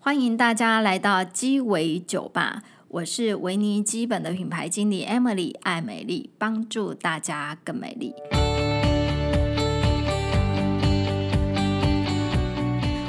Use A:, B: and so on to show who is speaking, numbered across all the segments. A: 欢迎大家来到鸡尾酒吧，我是维尼基本的品牌经理 Emily 艾美丽，帮助大家更美丽。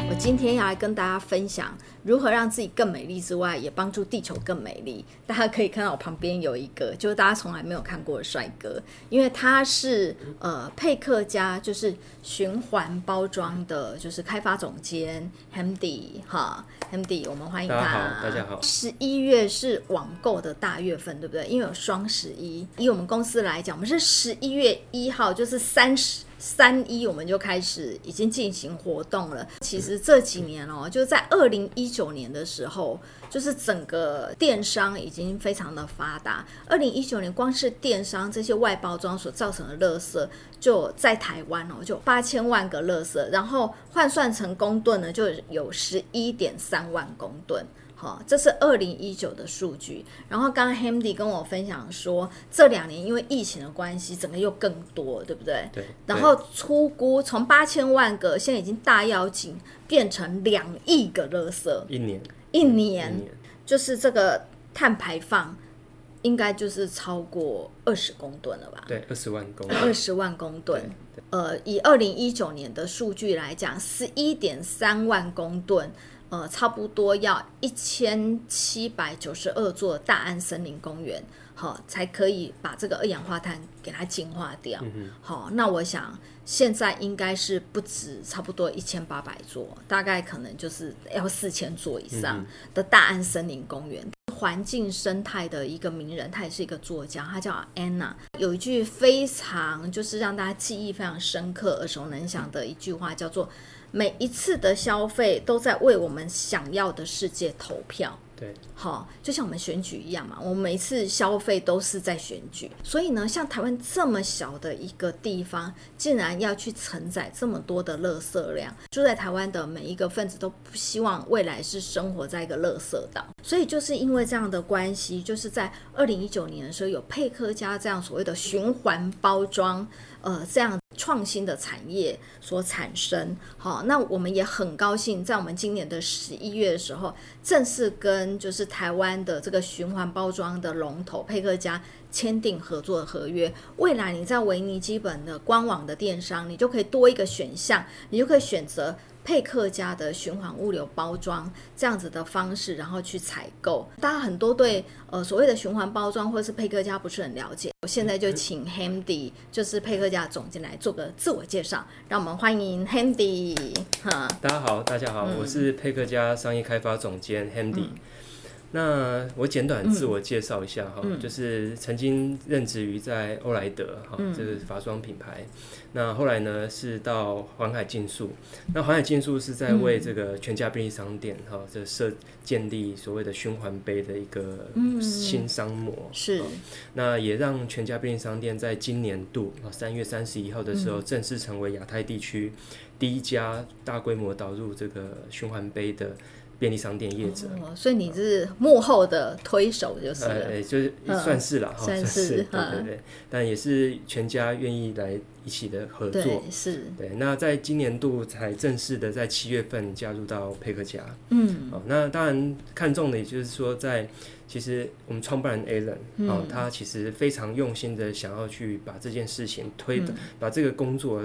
A: 我今天要来跟大家分享如何让自己更美丽之外，也帮助地球更美丽。大家可以看到我旁边有一个，就是大家从来没有看过的帅哥，因为他是呃佩克家就是循环包装的，就是开发总监 Hamdi 哈 Hamdi，我们欢迎
B: 大家好
A: 他。
B: 大家好
A: 十一月是网购的大月份，对不对？因为有双十一，以我们公司来讲，我们是十一月一号，就是三十。三一我们就开始已经进行活动了。其实这几年哦、就是在二零一九年的时候，就是整个电商已经非常的发达。二零一九年光是电商这些外包装所造成的垃圾，就在台湾哦、就八千万个垃圾，然后换算成公吨呢，就有十一点三万公吨。好，这是二零一九的数据。然后刚刚 Hamdy 跟我分享说，这两年因为疫情的关系，整个又更多，对不对？
B: 对，
A: 然后粗估从八千万个，现在已经大妖精变成两亿个垃圾，
B: 对一年，
A: 一
B: 一
A: 年
B: 年，
A: 就是这个碳排放应该就是超过二十公吨了吧？
B: 对，二十万公，
A: 二十万公吨
B: 对。对
A: 呃，以二零一九年的数据来讲，十一点三万公吨，呃，差不多要一千七百九十二座大安森林公园，好、才可以把这个二氧化碳给它净化掉。
B: 嗯
A: 好、那我想现在应该是不止差不多一千八百座，大概可能就是要四千座以
B: 嗯
A: 上的大安森林公园。环境生态的一个名人，他也是一个作家，他叫 Anna。有一句非常就是让大家记忆非常深刻、耳熟能详的一句话，叫做“每一次的消费都在为我们想要的世界投票”。
B: 对，
A: 好，就像我们选举一样嘛，我们每次消费都是在选举，所以呢，像台湾这么小的一个地方，竟然要去承载这么多的垃圾量，住在台湾的每一个分子都不希望未来是生活在一个垃圾岛，所以就是因为这样的关系，就是在二零一九年的时候，有佩科家这样所谓的循环包装，呃，这样。创新的产业所产生，好，那我们也很高兴，在我们今年的十一月的时候，正式跟就是台湾的这个循环包装的龙头佩克家签订合作合约。未来你在维尼基本的官网的电商，你就可以多一个选项，你就可以选择佩克家的循环物流包装这样子的方式，然后去采购。大家很多对呃所谓的循环包装或是佩克家不是很了解，我现在
B: 嗯
A: 就请 Hamdy 就是佩克家总监来做个自我介绍，让我们欢迎 Hamdy。哈，
B: 大家好，大家好，
A: 嗯
B: 我是佩克家商业开发总监 Handy。那我简短自
A: 嗯
B: 我介绍一下哈，就是曾经任职于在欧莱德哈，
A: 嗯
B: 这个法妆品牌。那后来呢是到环海竞速，那环海竞速是在
A: 嗯
B: 为这个全家便利商店哈，这设建立所谓的循环杯的一个
A: 嗯
B: 新商模。
A: 是
B: 哦那也让全家便利商店在今年度啊三月三十一号的时
A: 嗯
B: 候，正式成为亚太地区第一家大规模导入这个循环杯的便利商店业者。
A: 哦，所以你是幕后的推手就是了。
B: 呃，就是
A: 嗯
B: 算是了哈，
A: 算
B: 算
A: 是
B: 是对对
A: 嗯
B: 对，但也是全家愿意来一起的合作。
A: 对，是，
B: 对，那在今年度才正式的在七月份加入到佩克家。
A: 嗯，
B: 哦，那当然看重的，也就是说在，其实我们创办人 Alan 哦，他其实非常用心的想要去把这件事情推
A: 嗯
B: 的，把这个工作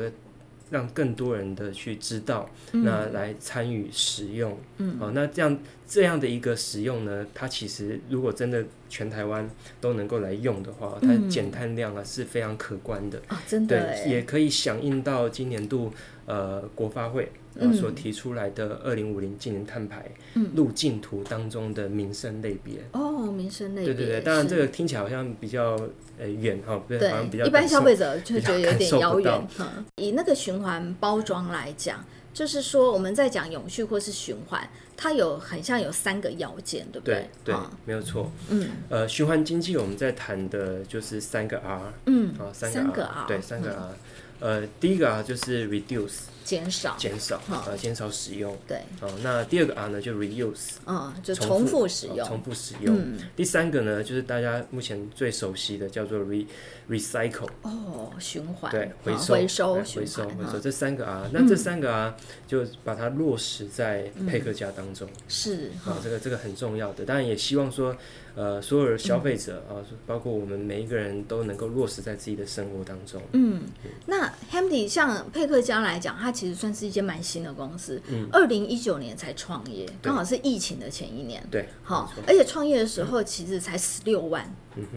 B: 让更多人的去知道，
A: 嗯
B: 那来参与使用，嗯，哦，那这样这样的一个使用呢，它其实如果真的全台湾都能够来用的话，它减碳量啊是非常可观的。
A: 哦，真的
B: 对，
A: 哎，
B: 也可以响应到今年度呃国发会、
A: 嗯
B: 呃、所提出来的二零五零净零碳排路径图当中的民生类别。
A: 哦，民生类
B: 对
A: 别，
B: 对对，当然
A: 是
B: 这个听起来好像比较呃远哈，不是好像比较
A: 对，一般
B: 感
A: 消
B: 受
A: 费者就觉得有
B: 比
A: 点
B: 较感受
A: 遥
B: 不
A: 远
B: 到。
A: 嗯以那个循环包装来讲，就是说我们在讲永续或是循环，它有很像有三个要件，对不
B: 对对
A: 啊，
B: 没有错。
A: 嗯，
B: 呃，循环经济我们在谈的就是三个 R，
A: 嗯
B: 啊，
A: 三
B: 三
A: 个
B: 个
A: R，嗯
B: 对，三个 R。呃，第一个 R 就是 reduce，
A: 减少，
B: 减少
A: 嗯
B: 呃减少使用。
A: 对，
B: 哦，那第二个 R 呢就 reuse，
A: 嗯，就
B: 重
A: 重复
B: 复
A: 使
B: 哦
A: 用，
B: 重复使用。
A: 嗯，
B: 第三个呢就是大家目前最熟悉的叫做 re recycle，
A: 哦，循环，
B: 对
A: 啊，
B: 回收、
A: 回收，
B: 哎
A: 循
B: 回收、
A: 环
B: 回
A: 啊
B: 收，这三个 R，那这三个 R 就把它落实在配客家当中。
A: 嗯是哈
B: 啊，，这个这个很重要的，当然也希望说，呃，所有的消费者啊，包括我们每一个人都能够落实在自己的生活当中。
A: 嗯，那 Hamdi 像佩克家来讲，它其实算是一间蛮新的公司，
B: 嗯
A: 二零一九年才创业，刚好是疫情的前一年。
B: 对，
A: 好
B: 没，错嗯
A: 而且创业的时候其实才十六万，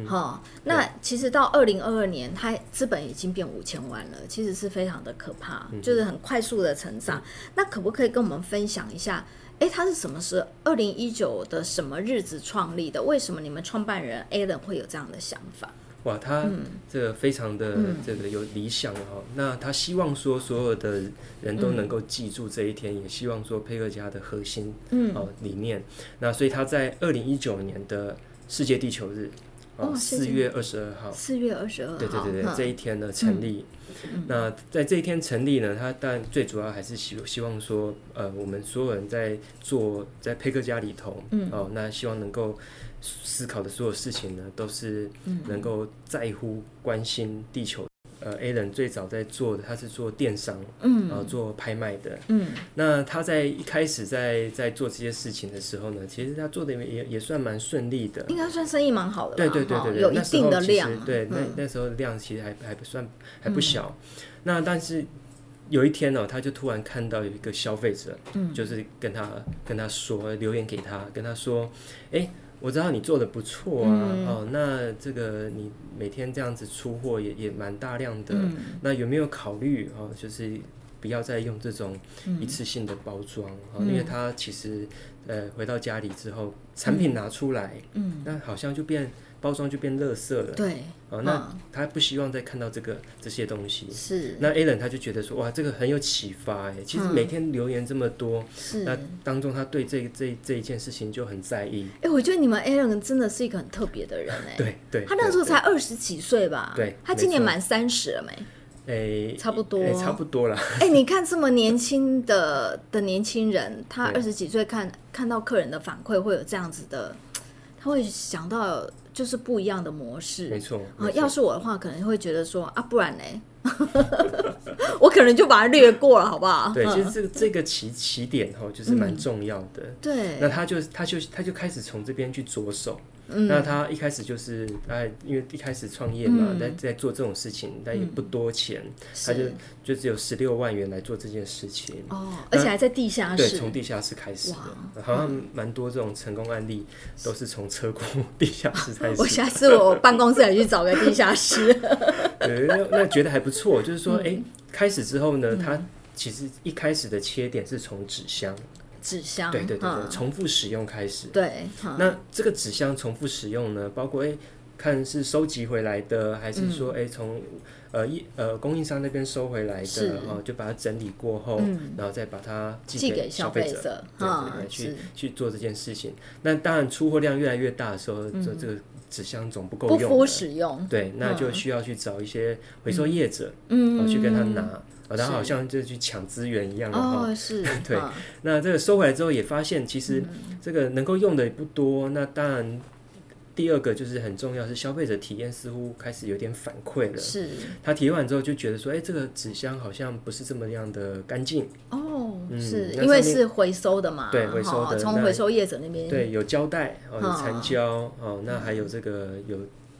A: 好、那其实到二零二二年，它资本已经变五千万了，其实是非常的可怕，
B: 嗯
A: 就是很快速的成长。那可不可以跟我们分享一下？哎，它是什么时？二零一九的什么日子创立的？为什么你们创办人 Alan 会有这样的想法？
B: 哇，他
A: 嗯
B: 这个非常的这个有理想哈、哦，那他希望说所有的人都能够记住这一天，也希望说佩克家的核心
A: 嗯
B: 哦理念。那所以他在二零一九年的世界地球日哦，
A: 哦世
B: 四
A: 界
B: 月二十二号，
A: 四月二十二号，
B: 哦对对对对，
A: 哼
B: 这一天呢成立。
A: 嗯
B: 那在这一天成立呢，它当然最主要还是希希望说，呃，我们所有人在做在佩克家里头，
A: 嗯
B: 哦，那希望能够思考的所有事情呢，都是
A: 嗯
B: 能够在乎、关心地球。呃，Alan 最早在做的，他是做电商，
A: 嗯
B: 然后做拍卖的。
A: 嗯
B: 那他在一开始在在做这些事情的时候呢，其实他做的也也算蛮顺利的，。
A: 应该算生意蛮好的吧？
B: 对对对
A: 哈
B: 对对，
A: 有一
B: 那时
A: 定
B: 候
A: 的
B: 其
A: 量
B: 实
A: 啊。
B: 对，那
A: 嗯
B: 那时候量其实还还不算还不小。那但是有一天哦呢、他就突然看到有一个消费者，
A: 嗯
B: 就是跟他跟他说留言给他，跟他说，哎。我知道你做的不错啊，
A: 嗯
B: 哦，那这个你每天这样子出货也也蛮大量的，
A: 嗯
B: 那有没有考虑哦，就是不要再用这种一
A: 嗯
B: 次性的包装啊、哦
A: 嗯
B: 因为它其实呃回到家里之后，产品拿出来，
A: 嗯，
B: 那好像就变包装就变垃圾了。
A: 对，
B: 哦，那他不希望再看到这个这些东西。
A: 嗯是
B: 那 Alan 他就觉得说，哇，这个很有启发哎。其实
A: 嗯
B: 每天留言这么多，
A: 是。
B: 那当中他对这这这一件事情就很在意。
A: 哎，我觉得你们 Alan 真的是一个很特别的 人哎。
B: 对对，
A: 他那时候
B: 对
A: 才二十几岁吧？
B: 对
A: 他今年满三十了没？
B: 诶，
A: 差不多
B: 诶差不多啦。
A: 哎，你看这么年轻的的年轻人，他
B: 对
A: 二十几岁看看到客人的反馈，会有这样子的，他会想到就是不一样的模式。
B: 没错，
A: 啊、
B: 没错
A: 要是我的话，可能会觉得说啊，不然呢， 我可能就把它略过了，好不好？
B: 对，
A: 嗯
B: 其实这个这个起起点哈，就是蛮重要的。那
A: 对，
B: 他就他就他就开始从这边去着手。
A: 嗯
B: 那他一开始就是哎，因为一开始创业嘛，
A: 嗯
B: 在在做这种事情，但也不多钱，他就是就只有十六万元来做这件事情。
A: 哦，
B: 那
A: 而且还在地下
B: 对，
A: 室，
B: 从地下室开始的，
A: 哇
B: 好像蛮多这种成功案例都是从车库地下室开
A: 我
B: 始。
A: 下次我办公室也去找个地下室，
B: 对，那那觉得还不错，就是说，
A: 嗯
B: 哎、开始之后呢，他其实一开始的切点是从纸箱，
A: 纸箱，
B: 对对对对，
A: 嗯
B: 重复使用开始。
A: 对，嗯
B: 那这个纸箱重复使用呢，包括诶，看是收集回来的，还是
A: 嗯
B: 说诶从、呃一呃供应商那边收回来
A: 是
B: 的，哦，就把它整理过后，
A: 嗯
B: 然后再把它
A: 寄
B: 给
A: 给
B: 消
A: 消
B: 费
A: 费
B: 者。
A: 者，
B: 对
A: 嗯
B: 对对，去
A: 是
B: 去做这件事情。那当然，出货量越来越大的时候，这、这个纸箱总不够
A: 嗯不
B: 用
A: 敷
B: 了
A: 使用，
B: 对，那就
A: 嗯
B: 需要去找一些回收业者，
A: 嗯，
B: 哦，去跟他拿，哦然后好
A: 是
B: 像就去抢资源一样了哈。
A: 哦，是，
B: 对
A: 嗯
B: 那这个收回来之后，也发现其实这个能够用的也不多。那当然，第二个就是很重要，是消费者体验似乎开始有点反馈了。
A: 是，
B: 他体验完之后就觉得说，哎、这个纸箱好像不是这么样的干净，
A: 哦，
B: 嗯
A: 是
B: 那
A: 因为
B: 上面
A: 是回收的嘛，
B: 对回收的
A: 哦从
B: 那
A: 回收业者那边，
B: 对，有胶带哦，有
A: 嗯
B: 残胶哦，那还有这个有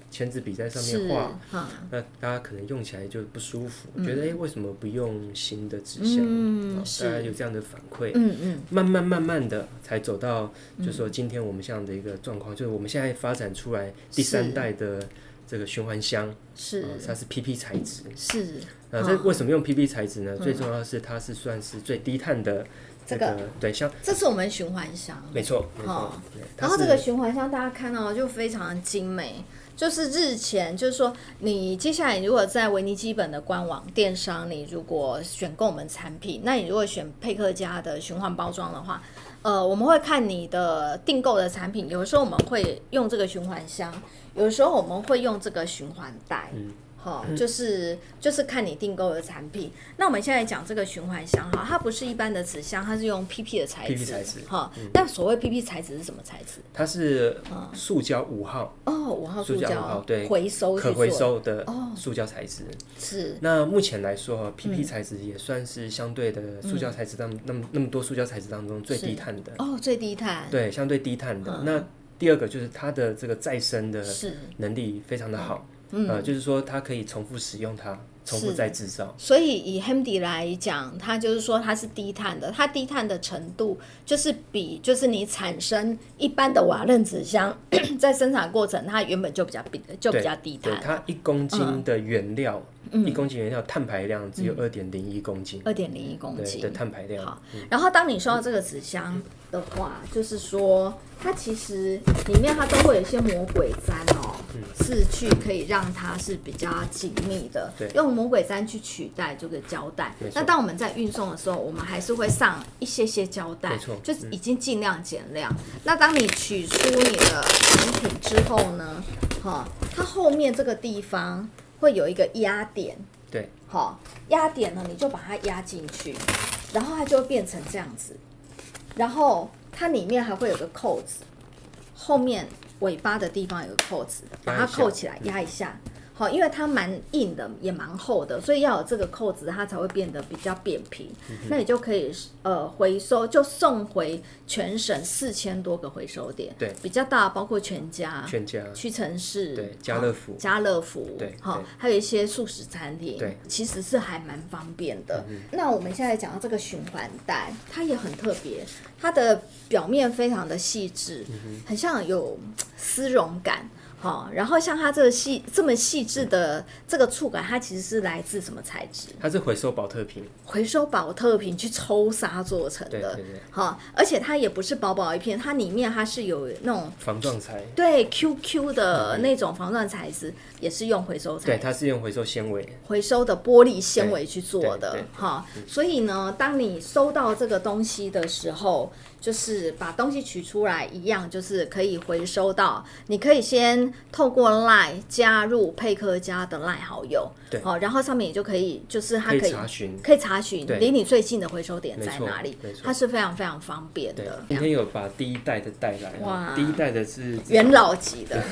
B: 签字笔在上
A: 是
B: 面画。，
A: 嗯
B: 那大家可能用起来就不舒服，
A: 嗯
B: 觉得哎、诶为什么不用新的纸箱？
A: 嗯
B: 哦
A: 是
B: 大家有这样的反馈。
A: 嗯嗯，
B: 慢慢慢慢的才走到，就是说今天我们这样的一个状况，就是我们现在发展出来第
A: 是
B: 三代的这个循环箱，
A: 是哦
B: 呃它是 PP 材质。
A: 是，
B: 那这为什么用 PP 材质呢？最重要的是它是算是最低碳的
A: 嗯这
B: 个、
A: 个
B: 对像，
A: 这是我们循环箱，
B: 没错没错
A: 哦，
B: 对它
A: 然后
B: 是
A: 这个循环箱大家看到就非常精美，就是日前就是说你接下来如果在维尼基本的官网电商，你如果选购我们产品，那你如果选佩克家的循环包装的话，呃，我们会看你的订购的产
B: 嗯
A: 品，有的时候我们会用这个循环箱，有的时候我们会用这个循环袋。哈、就是就是看你订购的产品。那我们现在讲这个循环箱哈，它不是一般的纸箱，它是用 PP 的材质
B: PP 材质嗯
A: 哈。那所谓 PP 材质是什么材质？
B: 它是
A: 嗯
B: 塑胶五号
A: 哦，五号塑
B: 塑胶五号对
A: 回收去做
B: 可
A: 哦
B: 回收的塑胶材质。
A: 是嗯
B: 那目前来说哈，PP 材质也算是相对的塑胶材质当那么那么多塑胶材质当中最低碳的，
A: 哦，最低碳
B: 对，相对低碳的。那第二个就是它的这个再生的
A: 嗯是。嗯
B: 能力非常的好，呃，就是说它可以重复使用它，重复
A: 是
B: 再制造。
A: 所以以 Handy 来讲，它就是说它是低碳的，它低碳的程度就是比就是你产生一般的瓦楞纸箱 在生产过程，它原本就比较比就比较低
B: 对，
A: 碳，嗯
B: 它一公斤的原料，一公斤原料碳排量只有二点零一公斤，
A: 二点零一嗯公
B: 对
A: 斤
B: 的。碳排量。
A: 好，然后当你收到这个纸箱的话，就是说它其实里面它都会有一些魔鬼毡哦，
B: 嗯
A: 是去可以让它是比较紧密的
B: 对，
A: 用魔鬼毡去取代这个胶带
B: 没错。
A: 那当我们在运送的时候，我们还是会上一些些胶带
B: 没错，嗯
A: 就已经尽量减量。那当你取出你的产品之后呢，哈、它后面这个地方会有一个压点。
B: 对，
A: 好，压点呢，你就把它压进去，然后它就会变成这样子，然后它里面还会有个扣子，后面尾巴的地方有个扣子，把它
B: 压一下
A: 扣起来，压一下。好，因为它蛮硬的，也蛮厚的，所以要有这个扣子，它才会变得比较扁平。
B: 嗯
A: 那你就可以呃回收，就送回全省四千多个回收点，
B: 对
A: 比较大，包括全家、
B: 全家
A: 屈臣氏、
B: 对家乐福
A: 好家乐福，
B: 对
A: 好
B: 对，
A: 还有一些素食餐厅，
B: 对，嗯
A: 其实是还蛮方便的。那我们现在讲到这个循环袋，它也很特别，它的表面非常的细致，
B: 嗯
A: 很像有丝绒感。好，然后像它这个细这么细致的这个触感，它其实是来自什么材质？
B: 它是回收保特瓶，
A: 回收保特瓶去抽纱做成的
B: 对对对，
A: 好，而且它也不是薄薄一片，它里面它是有那种
B: 防撞材。
A: 对 QQ 的那种防撞材质，也是用回收材
B: 嗯对，
A: 质
B: 它是用回收纤维，
A: 回收的玻璃纤维去做
B: 对嗯
A: 的
B: 对
A: 哈。所以呢，当你收到这个东西的时候，就是把东西取出来，一样就是可以回收到。你可以先透过 LINE 加入佩克家的 LINE 好友，
B: 对
A: 好，然后上面也就可以，就是它
B: 可以
A: 可以
B: 查询
A: 可以查询
B: 对
A: 离你最近的回收点
B: 没
A: 在
B: 错
A: 哪里
B: 没，错
A: 它是非常非常方便
B: 对
A: 的，。
B: 今天有把第一代的带来哦，
A: 嗯哇
B: 第一代的是
A: 元老级 的，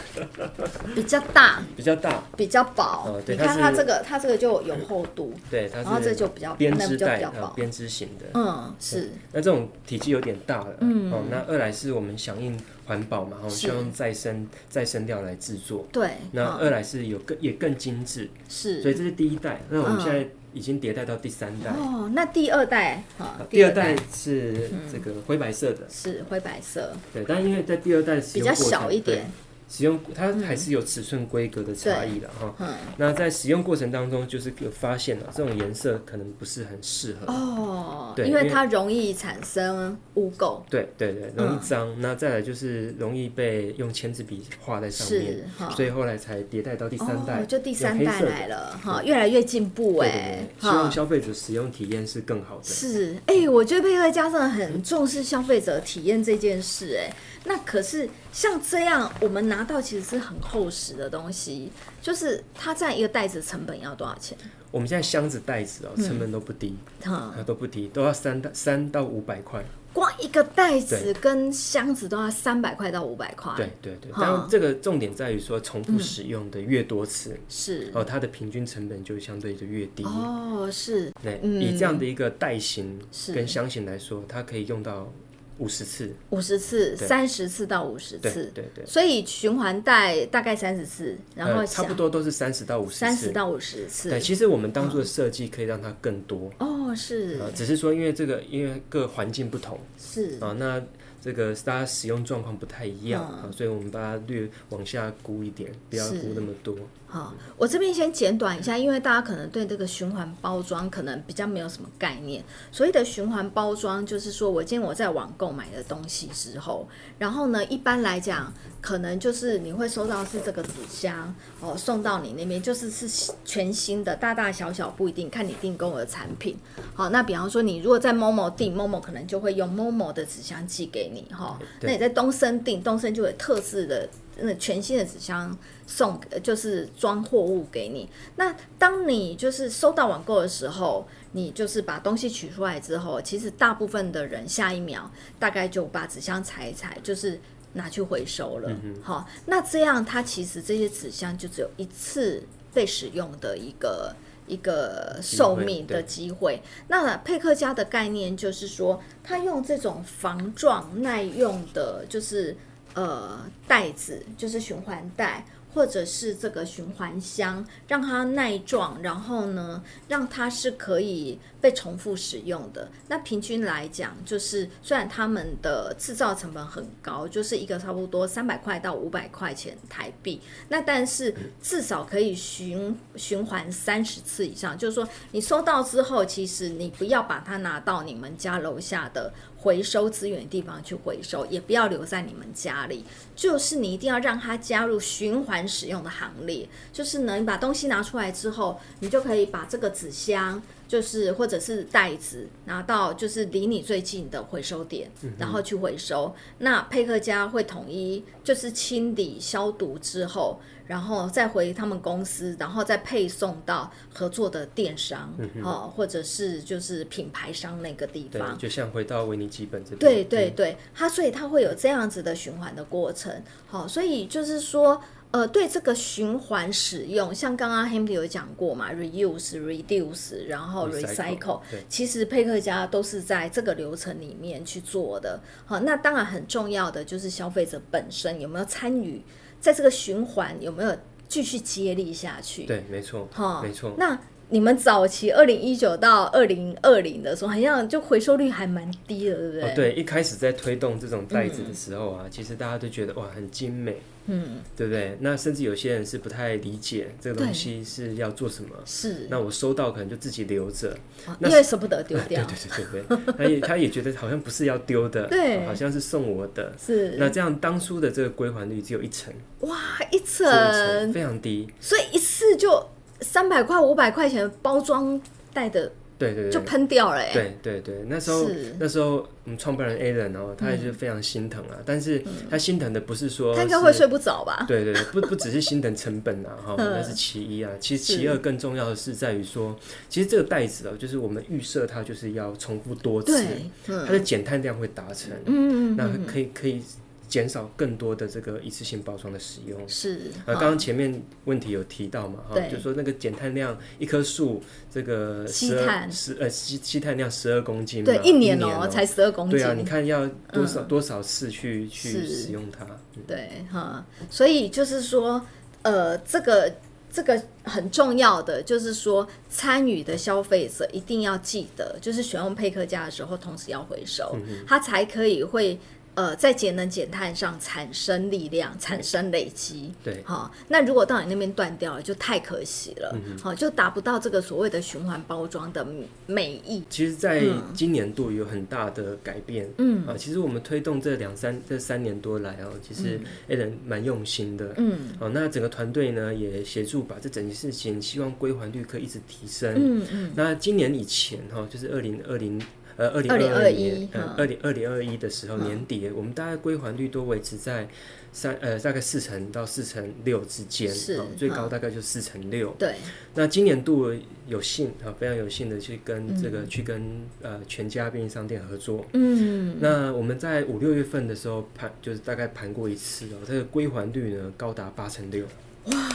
A: 比较大，
B: 比较大，
A: 比较薄。
B: 哦对
A: 你看
B: 它
A: 它
B: 是
A: 这个，它这个就有厚度。
B: 对，它是
A: 然后这就比较
B: 编
A: 那
B: 织
A: 就比
B: 袋
A: 较
B: 啊
A: 薄，
B: 编织型的。
A: 嗯，是
B: 那这种体积有点大了，嗯，哦，那二来是我们响应环保嘛，哦，
A: 是
B: 希望再生再生料来制作。
A: 对。
B: 那
A: 嗯、
B: 二来是有更也更精致，所
A: 是
B: 以这是第一代。那我们现在已经迭代到第三代，
A: 嗯哦，那第二代嗯哈、
B: 啊第二代是这个灰白色的，
A: 是灰白色，
B: 对。但因为在第二代使
A: 比
B: 用
A: 较
B: 过程
A: 小一
B: 对
A: 点，
B: 使用它还是有尺寸规格的差异的哈。
A: 嗯。
B: 那在使用过程当中，就是有发现了这种颜色可能不是很适合。
A: 哦，
B: 对
A: 因
B: 因
A: 为
B: 为
A: 它容易产生污垢，
B: 对对对，
A: 嗯
B: 容易脏。那再来就是容易被用签字笔画在上面
A: 是，哈
B: 所以后来才迭代到第三代，
A: 哦，就第三
B: 有黑
A: 代
B: 色的
A: 来了哈、越来越进步
B: 对
A: 哎
B: 对对，希望消费者使用体验是更好的。
A: 是，哎、我觉得贝克家真的很重视消费者体验这件事、哎，那可是像这样，我们拿到其实是很厚实的东西，就是它占一个袋子成本要多少钱？
B: 我们现在箱子袋子哦，成
A: 嗯
B: 本都不低，
A: 哈、
B: 啊都不低，都要三到三到五百块。
A: 光一个袋子跟箱子都要三百块到五百块，
B: 对，对对，
A: 好
B: 当然这个重点在于说，重复使用的越多次，
A: 是
B: 哦，它的平均成本就相对就越低。
A: 嗯哦，是
B: 对，
A: 嗯
B: 以这样的一个袋型
A: 是
B: 跟箱型来说，它可以用到五十次。
A: 五十次、
B: 对
A: 三十次到五十
B: 对
A: 次，
B: 对对，
A: 所以循环袋大概三十次，然后
B: 呃差不多都是三十到五十
A: 三十
B: 次。
A: 到五十嗯次
B: 对，，其实我们当初的设计可以让它更多，
A: 哦，是
B: 呃，只是说因为这个因为各环境不同
A: 是
B: 啊，那这个大家使用状况不太一样啊，所以我们把它略往下估一点，不
A: 嗯
B: 要
A: 是
B: 估那么多。
A: 好，我这边先简短一下，因为大家可能对这个循环包装可能比较没有什么概念。所谓的循环包装，就是说我今天我在网购买的东西之后，然后呢，一般来讲，可能就是你会收到是这个纸箱哦，送到你那边，就是是全新的，大大小小不一定，看你订购的产品。好，那比方说你如果在某某订，某某可能就会用某某的纸箱寄给你哈。那
B: 对
A: 你在东升订，东升就会特制的那全新的纸箱送，呃就是装货物给你。那当你就是收到网购的时候，你就是把东西取出来之后，其实大部分的人下一秒大概就把纸箱踩一踩，就是拿去回收了。好、那这样它其实这些纸箱就只有一次被使用的一个一个寿命的机会。那佩克家的概念就是说，他用这种防撞耐用的，就是呃袋子，就是循环袋。或者是这个循环箱，让它耐撞，然后呢，让它是可以被重复使用的。那平均来讲，就是虽然他们的制造成本很高，就是一个差不多三百块到五百块钱台币，那但是至少可以循循环三十次以上，就是说你收到之后，其实你不要把它拿到你们家楼下的回收资源地方去回收，也不要留在你们家里，就是你一定要让它加入循环使用的行列。就是呢，你把东西拿出来之后，你就可以把这个纸箱。就是或者是袋子拿到就是离你最近的回收点，然后去回收。那佩克家会统一就是清理消毒之后，然后再回他们公司，然后再配送到合作的电商、哦，或者是就是品牌商那个地
B: 对
A: 方，。
B: 就像回到维尼基本这边，
A: 对对对，它所以它会有这样子的循环的过程。好，所以就是说，呃，对这个循环使用，像刚刚 Henry 有讲过嘛，reuse、reduce，然后
B: Recycle，
A: recycle，
B: 对
A: 其实佩克家都是在这个流程里面去做的。好，那当然很重要的就是消费者本身有没有参与在这个循环，有没有继续接力下去。
B: 对，没错，
A: 哈，
B: 没错。
A: 那你们早期二零一九到二零二零的时候，好像就回收率还蛮低的，对不对？嗯
B: 哦，对，一开始在推动这种袋子的时候啊，其实大家都觉得哇很精美，嗯，对不对？那甚至有些人是不太理解这个东西是要做什么。
A: 是，
B: 那我收到可能就自己留着，
A: 啊
B: 那
A: 因为舍不得丢掉，
B: 对对对对对，他也他也觉得好像不是要丢的，
A: 对
B: 好像是送我的。
A: 是
B: 那这样当初的这个归还率只有一成，
A: 哇一
B: 只有一成
A: 层，
B: 非常低。
A: 所以一次就三百块五百块钱的包装袋的
B: 对对对，
A: 就喷掉了、欸，
B: 对对对，那时候
A: 是嗯
B: 那时候我们创办人 A 人哦，他也是非常心疼啊，但是他心疼的不是说
A: 他应该会
B: 是
A: 睡不着吧？
B: 对对，对不不只是心疼成本啊，哈，那是其一啊。其实
A: 是
B: 其二更重要的是在于说，其实这个袋子哦，就是我们预设它就是要重复多次，
A: 对，
B: 它的减碳量会达成，
A: 嗯，
B: 那可以可以减少更多的这个一次性包装的使用。
A: 是，
B: 啊，刚刚前面问题有提到嘛，哈，
A: 对
B: 就说那个减碳量，一棵树这个
A: 吸
B: 十二
A: 碳
B: 十呃吸吸碳量十二公斤嘛，
A: 对，一年
B: 哦、
A: 哦、才十二公斤嗯
B: 对，啊，你看要多少、多少次去去使用它，
A: 对哈，所以就是说，呃，这个这个很重要的，就是说参与的消费者一定要记得，就是选用配客家的时候，同时要回收，
B: 嗯
A: 它才可以会。呃，在节能减碳上产生力量，产生累积，
B: 对
A: 好、那如果到你那边断掉了，就太可惜了，
B: 嗯
A: 好、就达不到这个所谓的循环包装的美意，
B: 其实，在今年度有很大的改变，嗯啊，其实我们推动这两三这三年多来哦，其实 a l 蛮用心的，嗯，哦，那整个团队呢也协助把这整件事情，希望归还率可以一直提升，嗯嗯，那今年以前哈、哦，就是二零二零。呃，二零二嗯
A: 2021
B: 年，呃二零二零二一的时候，年底、我们大概归还率都维持在三呃大概四成到四成六之间，
A: 是
B: 哦最
A: 嗯
B: 高大概就四成六。
A: 对，
B: 那今年度有幸啊，非常有幸的去跟这个、去跟呃全家便利商店合作。
A: 嗯，
B: 那我们在五六月份的时候盘，就是大概盘过一次哦，这个归还率呢高达八成六，哇，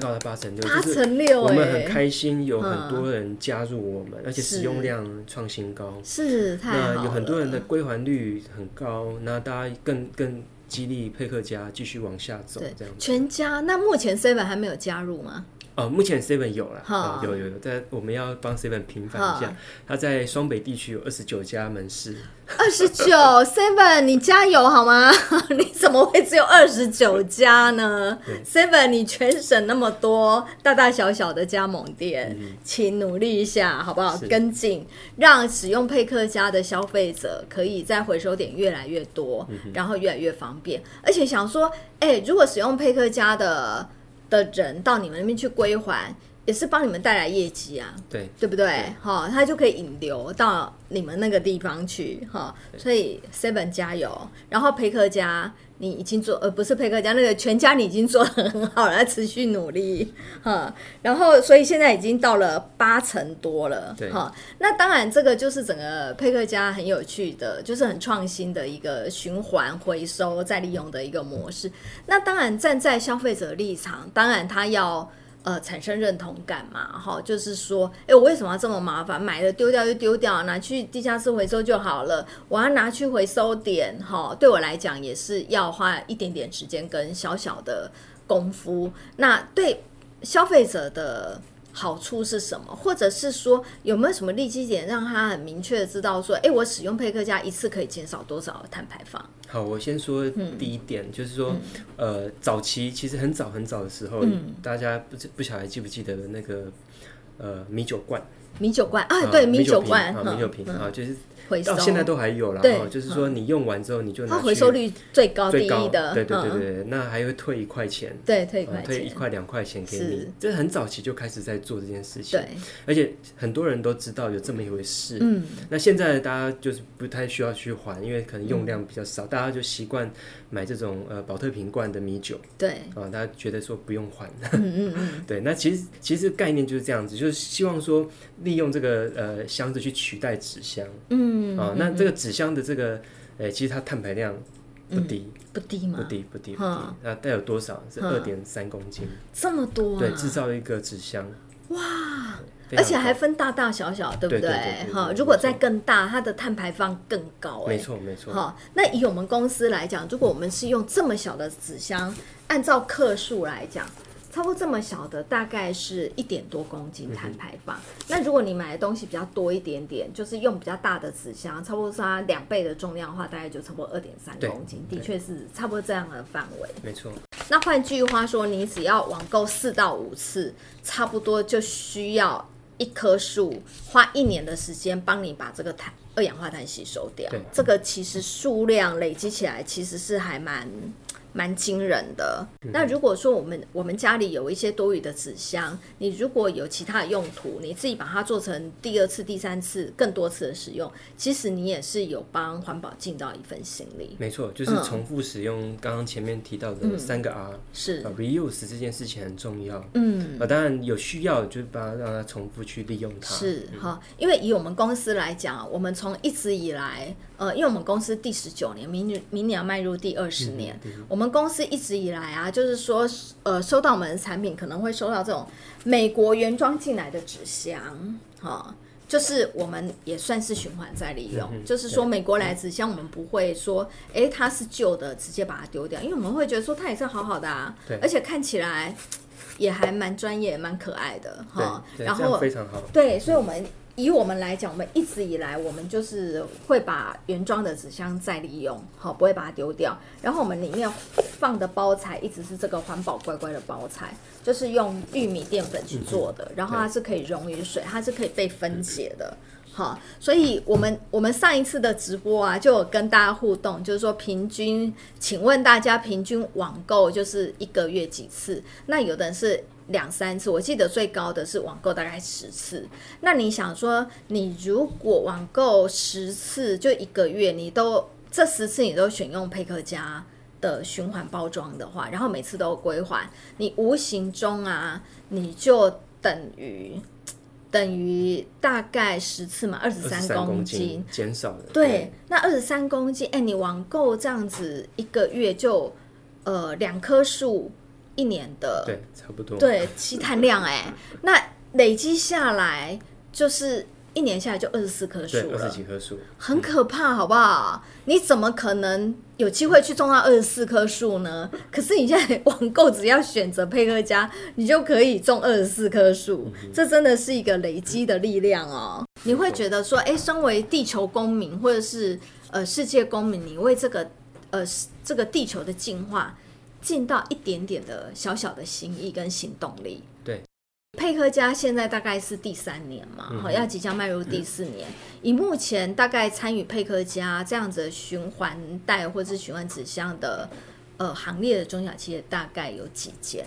B: 高达八成六，
A: 八
B: 就是
A: 乘六、
B: 我
A: 欸，
B: 们很开心，有很多人加入我们，而且使用量创新高。
A: 嗯是太好
B: 那
A: 了，
B: 有很多人的归还率很高，那大家更更激励佩克家继续往下走，
A: 对
B: 这样，子。
A: 全家。那目前 Seven 还没有加入吗？
B: 哦，目前 Seven 有了，
A: 好
B: 哦有有有，但我们要帮 Seven 平反一
A: 好
B: 下，他在双北地区有二十九家门市，
A: 二十九 Seven，你加油好吗？ 你怎么会只有二十九家呢？Seven，你全省那么多大大小小的加盟店，请努力一下好不好？
B: 嗯是
A: 跟进，让使用佩克家的消费者可以在回收点越来越多，
B: 嗯
A: 然后越来越方便。而且想说，哎、如果使用佩克家的的人到你们那边去归还，也是帮你们带来业绩啊，
B: 对，
A: 对不对
B: 对？
A: 哈、它就可以引流到你们那个地方去，哈、所以 Seven 加油，然后培克家你已经做，呃，不是培克家，那个全家你已经做得很好了，要持续努力，哈、然后所以现在已经到了八成多了，
B: 对
A: 哈、那当然这个就是整个培克家很有趣的，就是很创新的一个循环回收再利用的一个模式。那当然站在消费者立场，当然他要。呃产生认同感嘛，哈，就是说，哎、我为什么要这么麻烦？买了丢掉就丢掉，拿去地下室回收就好了。我要拿去回收点，哈，对我来讲也是要花一点点时间跟小小的功夫。那对消费者的。好处是什么，或者是说有没有什么利基点让他很明确的知道说，哎、我使用佩克家一次可以减少多少的碳排放？
B: 好，我先说
A: 嗯
B: 第一点，就是说，呃，早期其实很早很早的时候，
A: 嗯
B: 大家不知不晓得记不记得那个呃米酒罐
A: 米酒罐啊，对，米酒
B: 瓶
A: 罐，
B: 啊，
A: 嗯
B: 米酒瓶啊，就是
A: 回收
B: 到，现在都还有啦。
A: 对嗯
B: 哦就是说你用完之后你就拿
A: 它
B: 去
A: 回收率最高第
B: 最
A: 一
B: 高，
A: 的，
B: 对对对
A: 嗯
B: 对对，那还会退一块钱。
A: 对，退一
B: 啊
A: 块
B: 退一
A: 钱，
B: 块两块钱给
A: 是
B: 你，这很早期就开始在做这件事情，
A: 对，
B: 而且很多人都知道有这么一回事。
A: 嗯，
B: 那现在大家就是不太需要去还，因为可能用量比较少，大家就习惯买这种呃保特瓶罐的米酒
A: 对，
B: 啊，大家觉得说不用还。
A: 嗯嗯嗯，
B: 对，那其实其实概念就是这样子，就是希望说利用这个呃箱子去取代纸箱。嗯啊，那这个纸箱的这个呃，其实它碳排量不低，
A: 不低
B: 不
A: 嘛，
B: 低，不低，不低
A: 嗯。
B: 那带有多少？是
A: 嗯
B: 二点三公斤。
A: 这么多、啊，
B: 对，制造一个纸箱。哇！非
A: 而
B: 常
A: 且还
B: 高
A: 分大大小小，对不
B: 对对对对对
A: 哈，
B: 对
A: 如果
B: 没错
A: 再更大，它的碳排放更高、哎，
B: 没错没错。
A: 好，那以我们公司来讲，如果我们是用这么小的纸箱，按照克数来讲，差不多这么小的大概是一点多公斤碳排放。
B: 嗯
A: 那如果你买的东西比较多一点点，就是用比较大的纸箱，差不多是它两倍的重量的话，大概就差不多二点三
B: 对
A: 公斤，的
B: 对
A: 确是差不多这样的范围。
B: 没错，
A: 那换句话说，你只要网购四到五次，差不多就需要一棵树花一年的时间帮你把这个碳二氧化碳吸收掉
B: 对。
A: 这个其实数量累积起来其实是还蛮。蛮惊人的。那如果说我们我们家里有一些多余的纸箱，你如果有其他的用途，你自己把它做成第二次、第三次、更多次的使用，其实你也是有帮环保尽到一份心力。
B: 没错，就是
A: 嗯
B: 重复使用刚刚前面提到的三个 R，、
A: 是
B: 呃，reuse 这件事情很重要。
A: 嗯。
B: 呃，当然有需要就把它让它重复去利用它。
A: 是哈，因为以我们公司来讲，啊我们从一直以来，呃，因为我们公司第十九年，明年明年要迈入第二十
B: 嗯
A: 年，我们公司一直以来啊，就是说，呃，收到我们的产品可能会收到这种美国原装进来的纸箱，哈、就是我们也算是循环再利用，
B: 嗯哼
A: 就是说美国来的纸箱，我们不会说，诶，它是旧的，直接把它丢掉，因为我们会觉得说它也是好好的啊
B: 对，
A: 而且看起来也还蛮专业、蛮可爱的
B: 对
A: 哈。
B: 对，
A: 然
B: 这样
A: 后
B: 非常好。
A: 对，所以我们以我们来讲，我们一直以来我们就是会把原装的纸箱再利用，好，不会把它丢掉。然后我们里面放的包材一直是这个环保乖乖的包材，就是用玉米淀粉去做的，然后它是可以溶于水，它是可以被分解的。好，所以我们我们上一次的直播啊，就有跟大家互动，就是说平均，请问大家平均网购就是一个月几次？那有的人是两三次，我记得最高的是网购大概十次。那你想说，你如果网购十次，就一个月，你都这十次你都选用佩克家的循环包装的话，然后每次都归还，你无形中啊，你就等于等于大概十次嘛，二十三
B: 23
A: 公
B: 公
A: 斤。
B: 减少了。
A: 对，那二十三公斤，哎、你网购这样子一个月就呃两棵树一年的
B: 对，差不多。
A: 对，吸碳量哎、那累积下来就是一年下来就二十四棵
B: 对，
A: 树
B: 二十
A: 了，
B: 几棵树。
A: 很可怕，好不好？你怎么可能有机会去种到二十四棵树呢？可是你现在网购只要选择配合家，你就可以种二十四棵树，这真的是一个累积的力量哦。你会觉得说，哎，身为地球公民或者是呃世界公民，你为这个呃这个地球的进化尽到一点点的小小的心意跟行动力。
B: 对，
A: 佩科家现在大概是第三年嘛，
B: 嗯
A: 好、要即将迈入第四年。以目前大概参与佩科家这样子的循环袋或是循环纸箱的呃行列的中小企业，大概有几间？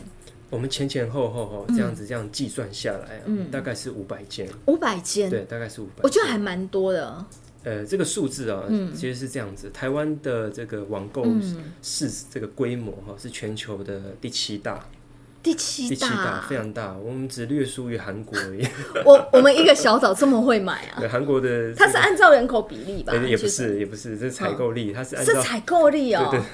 B: 我们前前后后后
A: 嗯
B: 这样子这样计算下来啊，大概是五百件，
A: 五百间，
B: 对，大概是五百。
A: 嗯我觉得嗯还蛮多的。
B: 呃，这个数字啊，其实是这样子，台湾的这个网购
A: 嗯
B: 市这个规模哈、是全球的第七大，
A: 第
B: 第
A: 七
B: 七大
A: 大
B: 非，常大，我们只略输于韩国 而已。
A: 我我们一个小岛这么会买啊？
B: 对韩国的
A: 它是按照人口比例吧？
B: 呃也不
A: 其实嗯
B: 是也不是，这是采购力，它是按
A: 是
B: 照
A: 采购力哦、
B: 对对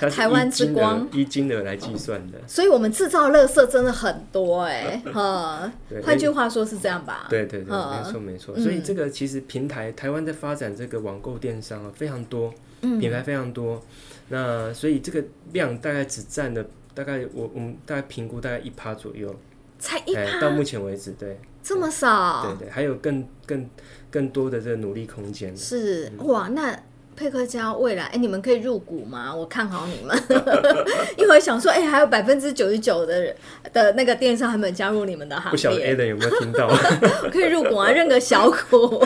B: 它是
A: 台湾
B: 依
A: 之
B: 金额
A: 光嗯
B: 依金额来计算的。
A: 所以我们制造垃圾真的很多哎、哈
B: 对，
A: 换句话说是这样吧？
B: 对对对，
A: 嗯
B: 没错没错。所以这个其实平台，台湾在发展这个网购电商啊，非常多，
A: 嗯
B: 品牌非常多。那所以这个量大概只占了大概我我们大概评估大概一趴左右，
A: 才一
B: 哎，
A: 趴哦
B: 到目前为止，对
A: 这么少
B: 对，对，还有更更更多的这个努力空间。
A: 是哇，那。佩克家未来，哎、你们可以入股吗？我看好 你们，因为我想说，哎、还有百分之九十九的人的那个电商还没有加入你们的行
B: 不晓得
A: 列，
B: Alan 有没有 听到？
A: 我可以入股啊，认个小 股。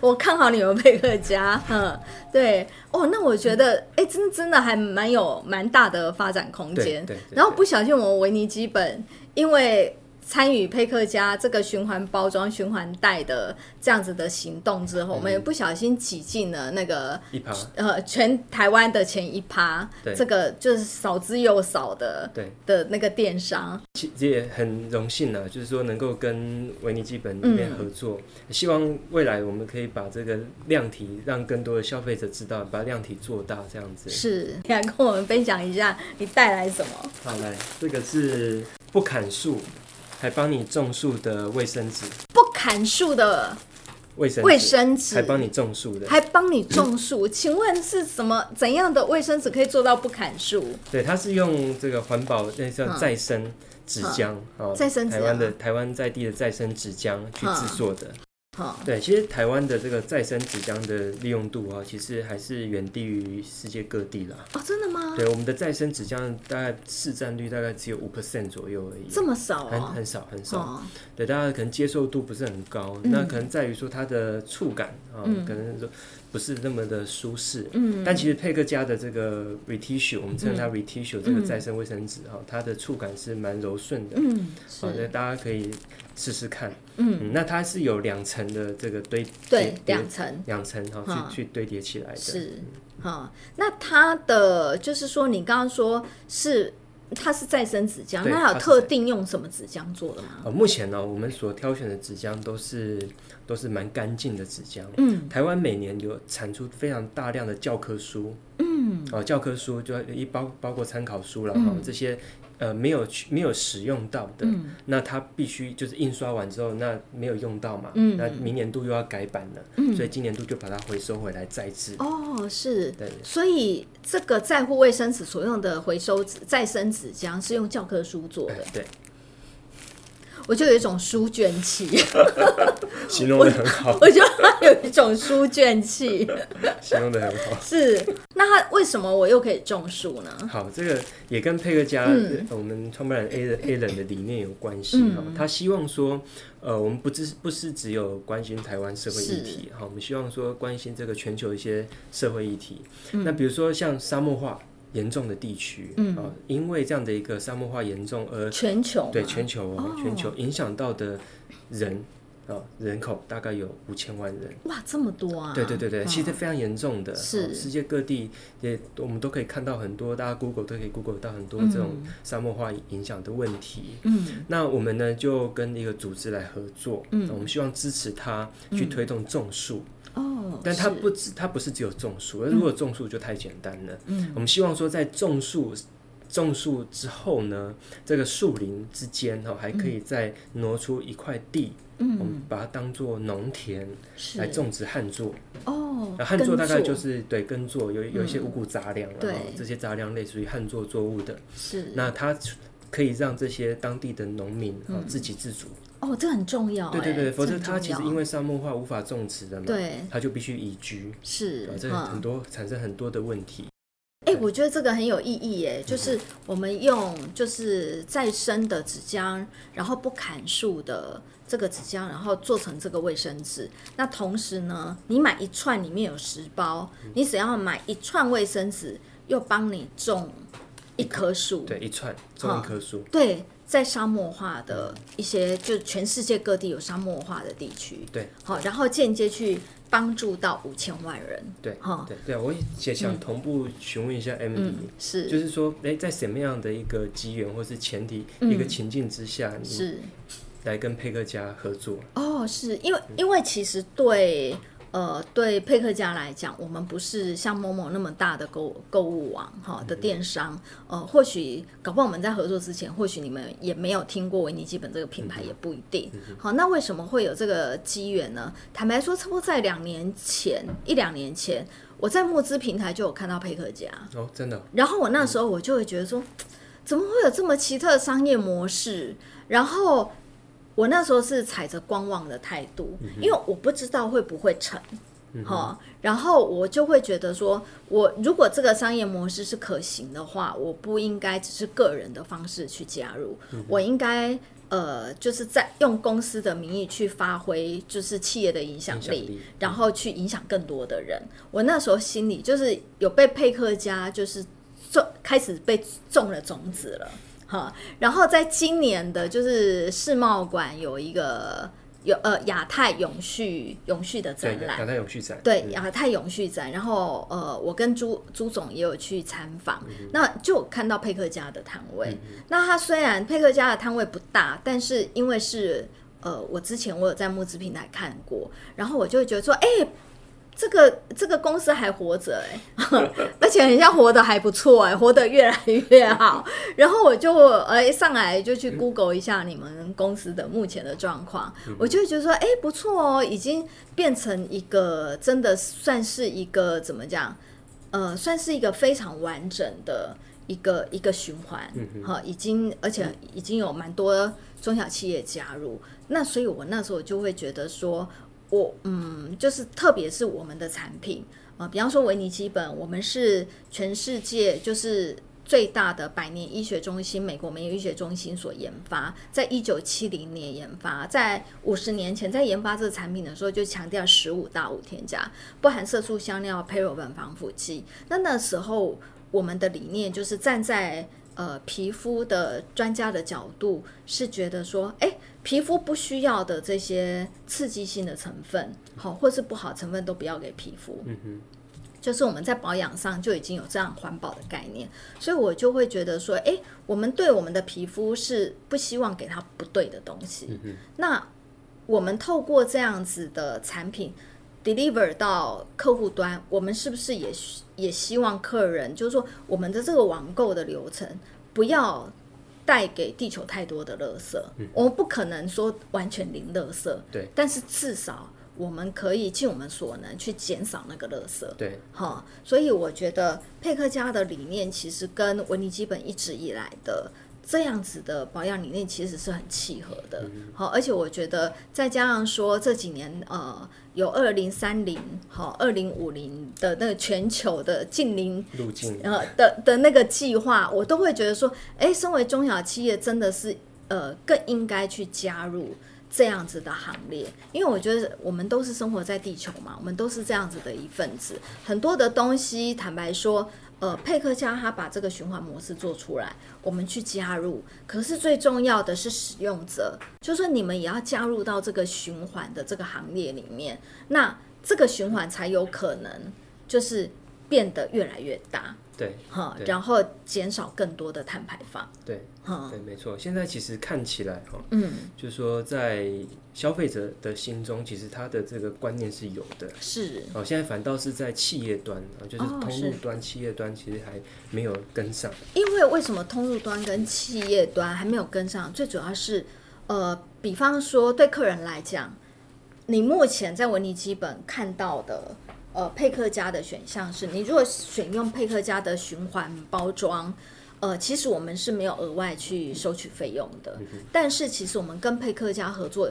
A: 我看好你们佩克家，嗯，对，哦，那我觉得，哎、真的真的还蛮有蛮大的发展空
B: 对
A: 间
B: 对。对
A: 然后不小心，我维尼基本因为参与佩克家这个循环包装、循环袋的这样子的行动之后，我们也不小心挤进了那个
B: 一趴，
A: 呃全台湾的前一趴
B: 对，
A: 这个就是少之又少的
B: 对。
A: 的那个电商，
B: 其实也很荣幸啊，就是说能够跟维尼基本这边合作，希望未来我们可以把这个量体让更多的消费者知道，把量体做大这样子。
A: 是你来跟我们分享一下你带来什么？
B: 好，来，这个是不砍树还帮你种树的卫生纸，
A: 不砍树的
B: 卫生
A: 卫
B: 纸
A: 生纸，
B: 还帮你种树的，
A: 还帮你种树，请问是什么怎样的卫生纸可以做到不砍树？
B: 对，它是用这个环保那叫
A: 嗯
B: 再生纸浆啊，
A: 再生纸
B: 台湾的
A: 啊
B: 台湾在地的再生纸浆去
A: 嗯
B: 制作的。
A: 哈、
B: 对，其实台湾的这个再生纸浆的利用度啊，其实还是远低于世界各地啦。
A: 哦，真的吗？
B: 对，我们的再生纸浆大概市占率大概只有五 percent 左右而已，
A: 这么少
B: 很
A: 哦，
B: 很少很少。
A: 哦，嗯
B: 对，大家可能接受度不是很高，那可能在于说它的触感啊，可能说不是那么的舒适。嗯，但其实佩克家的这个 retissue，我们称它
A: 嗯
B: retissue 这个再生卫生纸哈，它的触感是蛮柔顺的。
A: 嗯，
B: 好，那
A: 是，
B: 大家可以试试看。嗯，那它是有两层的这个堆
A: 对
B: 叠，
A: 两层
B: 两层哈，
A: 嗯
B: 去去堆叠起来的。
A: 是，哈、那它的就是说，你刚刚说是它是再生纸浆，
B: 对
A: 那它
B: 它
A: 有
B: 是
A: 特
B: 再
A: 定用什么纸浆做的吗？
B: 呃，目前呢、我们所挑选的纸浆都是都是蛮干净的纸浆。
A: 嗯，
B: 台湾每年有产出非常大量的教科书。嗯，哦，教科书就一包包括参考书了
A: 嗯
B: 哈、这些呃没有去没有使用到的，
A: 嗯
B: 那它必须就是印刷完之后，那没有用到嘛，
A: 嗯
B: 那明年度又要改版了，所以今年度就把它回收回来再制。
A: 哦，是。
B: 对，
A: 所以这个在乎卫生纸所用的回收纸、再生纸浆是用教科书做
B: 哎
A: 的，
B: 对，
A: 我就有一种书卷气，
B: 形容的很好，
A: 我觉得它有一种书卷 气。
B: 形容的很好。
A: 是，那它为什么我又可以种树呢？
B: 好，这个也跟佩克家、呃我们创办人 A 人 A 人的理念有关系哈、他希望说，呃，我们不只不是只有关心台湾社会议题哈，我们希望说关心这个全球一些社会议题。那比如说像沙漠化严重的地区，嗯、因为这样的一个沙漠化严重而
A: 全球嘛
B: 对全球、哦
A: 哦
B: 全球影响到的人啊、人口大概有五千万人。
A: 哇这么多啊！
B: 对对对对，其实非常严重的，
A: 是
B: 哦世界各地也我们都可以看到很多，大家 Google 都可以 Google 到很多这种
A: 嗯
B: 沙漠化影响的问题。嗯，那我们呢就跟一个组织来合作，嗯，我们希望支持他去推动种树，
A: 哦，
B: 但它
A: 是嗯
B: 不只它不是只有种树，如果种树就太简单了。嗯，我们希望说在种树。种树之后呢，这个树林之间哈、哦，还可
A: 嗯
B: 以再挪出一块地，嗯，我们把它当做农田来
A: 是
B: 种植旱作。
A: 哦，
B: 那旱作
A: 耕
B: 呃
A: 嗯
B: 大概就是对耕作有有一些五谷杂粮，
A: 对
B: 然后这些杂粮类似于旱作作物的，
A: 是
B: 那它可以让这些当地的农民哦自给自足。
A: 嗯哦，这很重要哎。
B: 对对对，否则它
A: 它
B: 其实因为沙漠化无法种植的嘛，
A: 啊对
B: 它就必须移居，
A: 是
B: 啊，这
A: 嗯
B: 很多产生很多的问题。
A: 哎、我觉得这个很有意义
B: 嗯
A: 耶，就是我们用就是再生的纸浆，然后不砍树的这个纸浆，然后做成这个卫生纸。那同时呢，你买一串里
B: 嗯
A: 面有十包，你只要买一串卫生纸，又帮你种。一棵树，
B: 对，一串种一棵树，
A: 对，在沙漠化的一些，就全世界各地有沙漠化的地区，
B: 对，
A: 好，然后间接去帮助到五千万人，
B: 对
A: 哈，
B: 对对啊，我也想同步询问一下 Emily，、
A: 嗯，是
B: 就是说，哎、在什么样的一个机缘或是前提、
A: 嗯
B: 一个情境之下，你
A: 是
B: 来跟佩克家合作？
A: 哦，是因为因为其实对呃对佩克家来讲，我们不是像某某那么大的购购物网哈的电商，呃，或许搞不好我们在合作之前，或许你们也没有听过维尼基本这个品牌，也不一定。好，那为什么会有这个机缘呢？坦白说，差不多在两年前一两年前，我在募资平台就有看到佩克家，
B: 哦，真的哦、
A: 然后我那时候我就会觉得说，怎么会有这么奇特的商业模式？然后我那时候是踩着观望的态度，
B: 嗯
A: 因为我不知道会不会成。哈、然后我就会觉得说，我如果这个商业模式是可行的话，我不应该只是个人的方式去加入，
B: 嗯
A: 我应该呃，就是在用公司的名义去发挥，就是企业的影响
B: 影响
A: 力，
B: 力嗯
A: 然后去影响更多的人。我那时候心里就是有被佩克家就是种开始被种了种子了。哈，然后在今年的就是世贸馆有一个有呃亚太永续永续的
B: 对，
A: 展览
B: 亚，太永续展，
A: 对
B: 嗯
A: 亚太永续展，然后呃，我跟朱朱总也有去参访，那就有看到佩克家的摊位。那他虽然佩克家的摊位不大，但是因为是呃，我之前我有在募资平台看过，然后我就会觉得说，哎、这个这个公司还活着哎、 而且人家活得还不错哎、活得越来越好。然后我就哎、上来就去 Google 一下你们公司的目前的状况，我就会觉得说哎、不错哦，已经变成一个真的算是一个怎么讲，呃，算是一个非常完整的一个一个循环，哈、已经而且已经有蛮多中小企业加入，那所以我那时候就会觉得说，我嗯，就是特别是我们的产品啊、呃比方说维尼基本，我们是全世界就是。最大的百年医学中心，美国美有医学中心所研发，在一九七零年研发，在五十年前在研发这个产品的时候，就强调十五大无添加，不含色素、香料、胚柔本、防腐剂。那那时候我们的理念就是站在呃皮肤的专家的角度，是觉得说，哎，皮肤不需要的这些刺激性的成分，好、或是不好成分都不要给皮肤。嗯哼。就是我们在保养上就已经有这样环保的概念，所以我就会觉得说，哎，我们对我们的皮肤是不希望给它不对的东西。那我们透过这样子的产品 deliver 到客户端，我们是不是也希也希望客人，就是说我们的这个网购的流程不要带给地球太多的垃圾，我们不可能说完全零垃圾，
B: 嗯对，
A: 但是至少我们可以尽我们所能去减少那个垃圾。
B: 对，
A: 哈、所以我觉得佩克家的理念其实跟维尼基本一直以来的这样子的保养理念其实是很契合的。
B: 嗯
A: 好、而且我觉得再加上说这几年呃有二零三零好二零五零的那个全球的近零
B: 路径
A: 呃的的那个计划，我都会觉得说，哎，身为中小企业，真的是呃更应该去加入这样子的行列，因为我觉得我们都是生活在地球嘛，我们都是这样子的一份子，很多的东西，坦白说。呃，佩克家他把这个循环模式做出来，我们去加入。可是最重要的是使用者，就说你们也要加入到这个循环的这个行列里面，那这个循环才有可能就是变得越来越大。
B: 对
A: 哈，
B: 对
A: 然后减少更多的碳排放。
B: 对
A: 哈，
B: 对，没错。现在其实看起来哈、哦，
A: 啊嗯，
B: 就是说在消费者的心中，其实他的这个观念是有的。
A: 是，
B: 哦，现在反倒是在企业端啊，就是
A: 哦
B: 通
A: 是
B: 路端、企业端，其实还没有跟上。
A: 因为为什么通路端跟企业端还没有跟上？最主要是，呃，比方说对客人来讲，你目前在维尼基本看到的。呃，佩克家的选项是你如果选用佩克家的循环包装，呃，其实我们是没有额外去收取费用的。但是其实我们跟佩克家合作，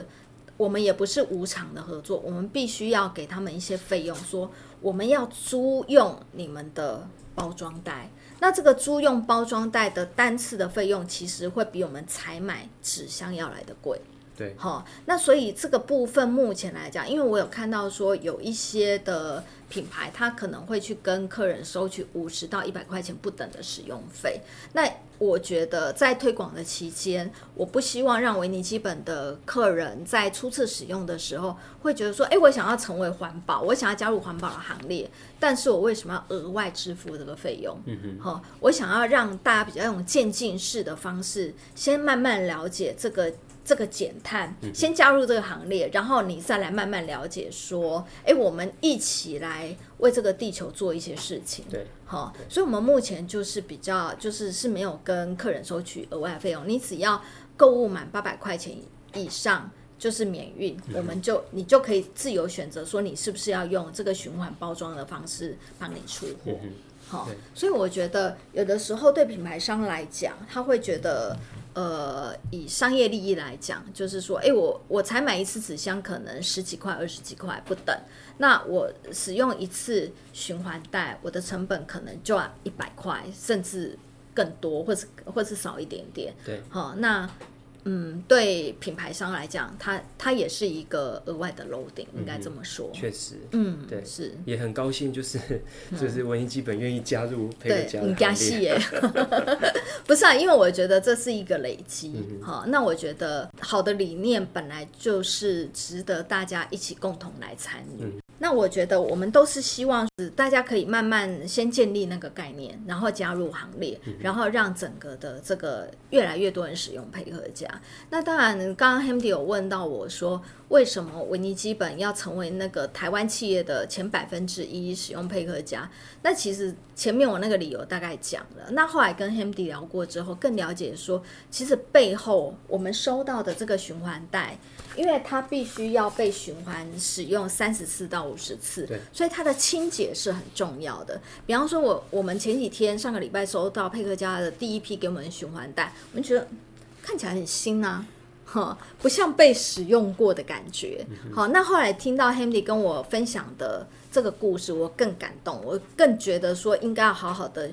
A: 我们也不是无偿的合作，我们必须要给他们一些费用，说我们要租用你们的包装袋。那这个租用包装袋的单次的费用，其实会比我们采买纸箱要来的贵。
B: 对，
A: 好，那所以这个部分目前来讲，因为我有看到说有一些的品牌，它可能会去跟客人收取五十到一百块钱不等的使用费。那我觉得在推广的期间，我不希望让维尼基本的客人在初次使用的时候会觉得说，哎，我想要成为环保，我想要加入环保的行列，但是我为什么要额外支付这个费用？
B: 嗯
A: 好、我想要让大家比较用渐进式的方式，先慢慢了解这个这个减碳，
B: 嗯
A: 先加入这个行列，然后你再来慢慢了解说，哎，我们一起来为这个地球做一些事情。
B: 对，
A: 好、所以我们目前就是比较就是是没有跟客人收取额外的费用，你只要购物满八百块钱以上。就是免运，
B: 嗯
A: 我们就你就可以自由选择，说你是不是要用这个循环包装的方式帮你出货。
B: 嗯
A: 好
B: 对，
A: 所以我觉得有的时候对品牌商来讲，他会觉得，呃，以商业利益来讲，就是说，诶，我我才买一次纸箱，可能十几块、二十几块不等，那我使用一次循环袋，我的成本可能就要一百块，甚至更多，或是或是少一点点。
B: 对，
A: 好、那。嗯，对品牌商来讲，它它也是一个额外的 loading，应该这么说。
B: 确实
A: 嗯，
B: 对
A: 是，
B: 也很高兴，就是就是文艺基本愿意加入佩
A: 对
B: 尔家，
A: 你
B: 的
A: 加
B: 行列。
A: 戏耶， 不是啊，因为我觉得这是一个累积哈、那我觉得好的理念本来就是值得大家一起共同来参与。
B: 嗯
A: 那我觉得我们都是希望是大家可以慢慢先建立那个概念，然后加入行列，然后让整个的这个越来越多人使用配合家。那当然，刚刚 Hamdi 有问到我说，为什么维尼基本要成为那个台湾企业的前百分之一使用配合家？那其实前面我那个理由大概讲了，那后来跟 Hamdi 聊过之后，更了解说，其实背后我们收到的这个循环袋，因为它必须要被循环使用三十次到五十次
B: 对，
A: 所以它的清洁是很重要的。比方说我，我们前几天上个礼拜收到佩克家的第一批给我们的循环袋，我们觉得看起来很新啊。哈，不像被使用过的感觉。
B: 嗯
A: 好，那后来听到 Hamdi 跟我分享的这个故事，我更感动，我更觉得说应该要好好的，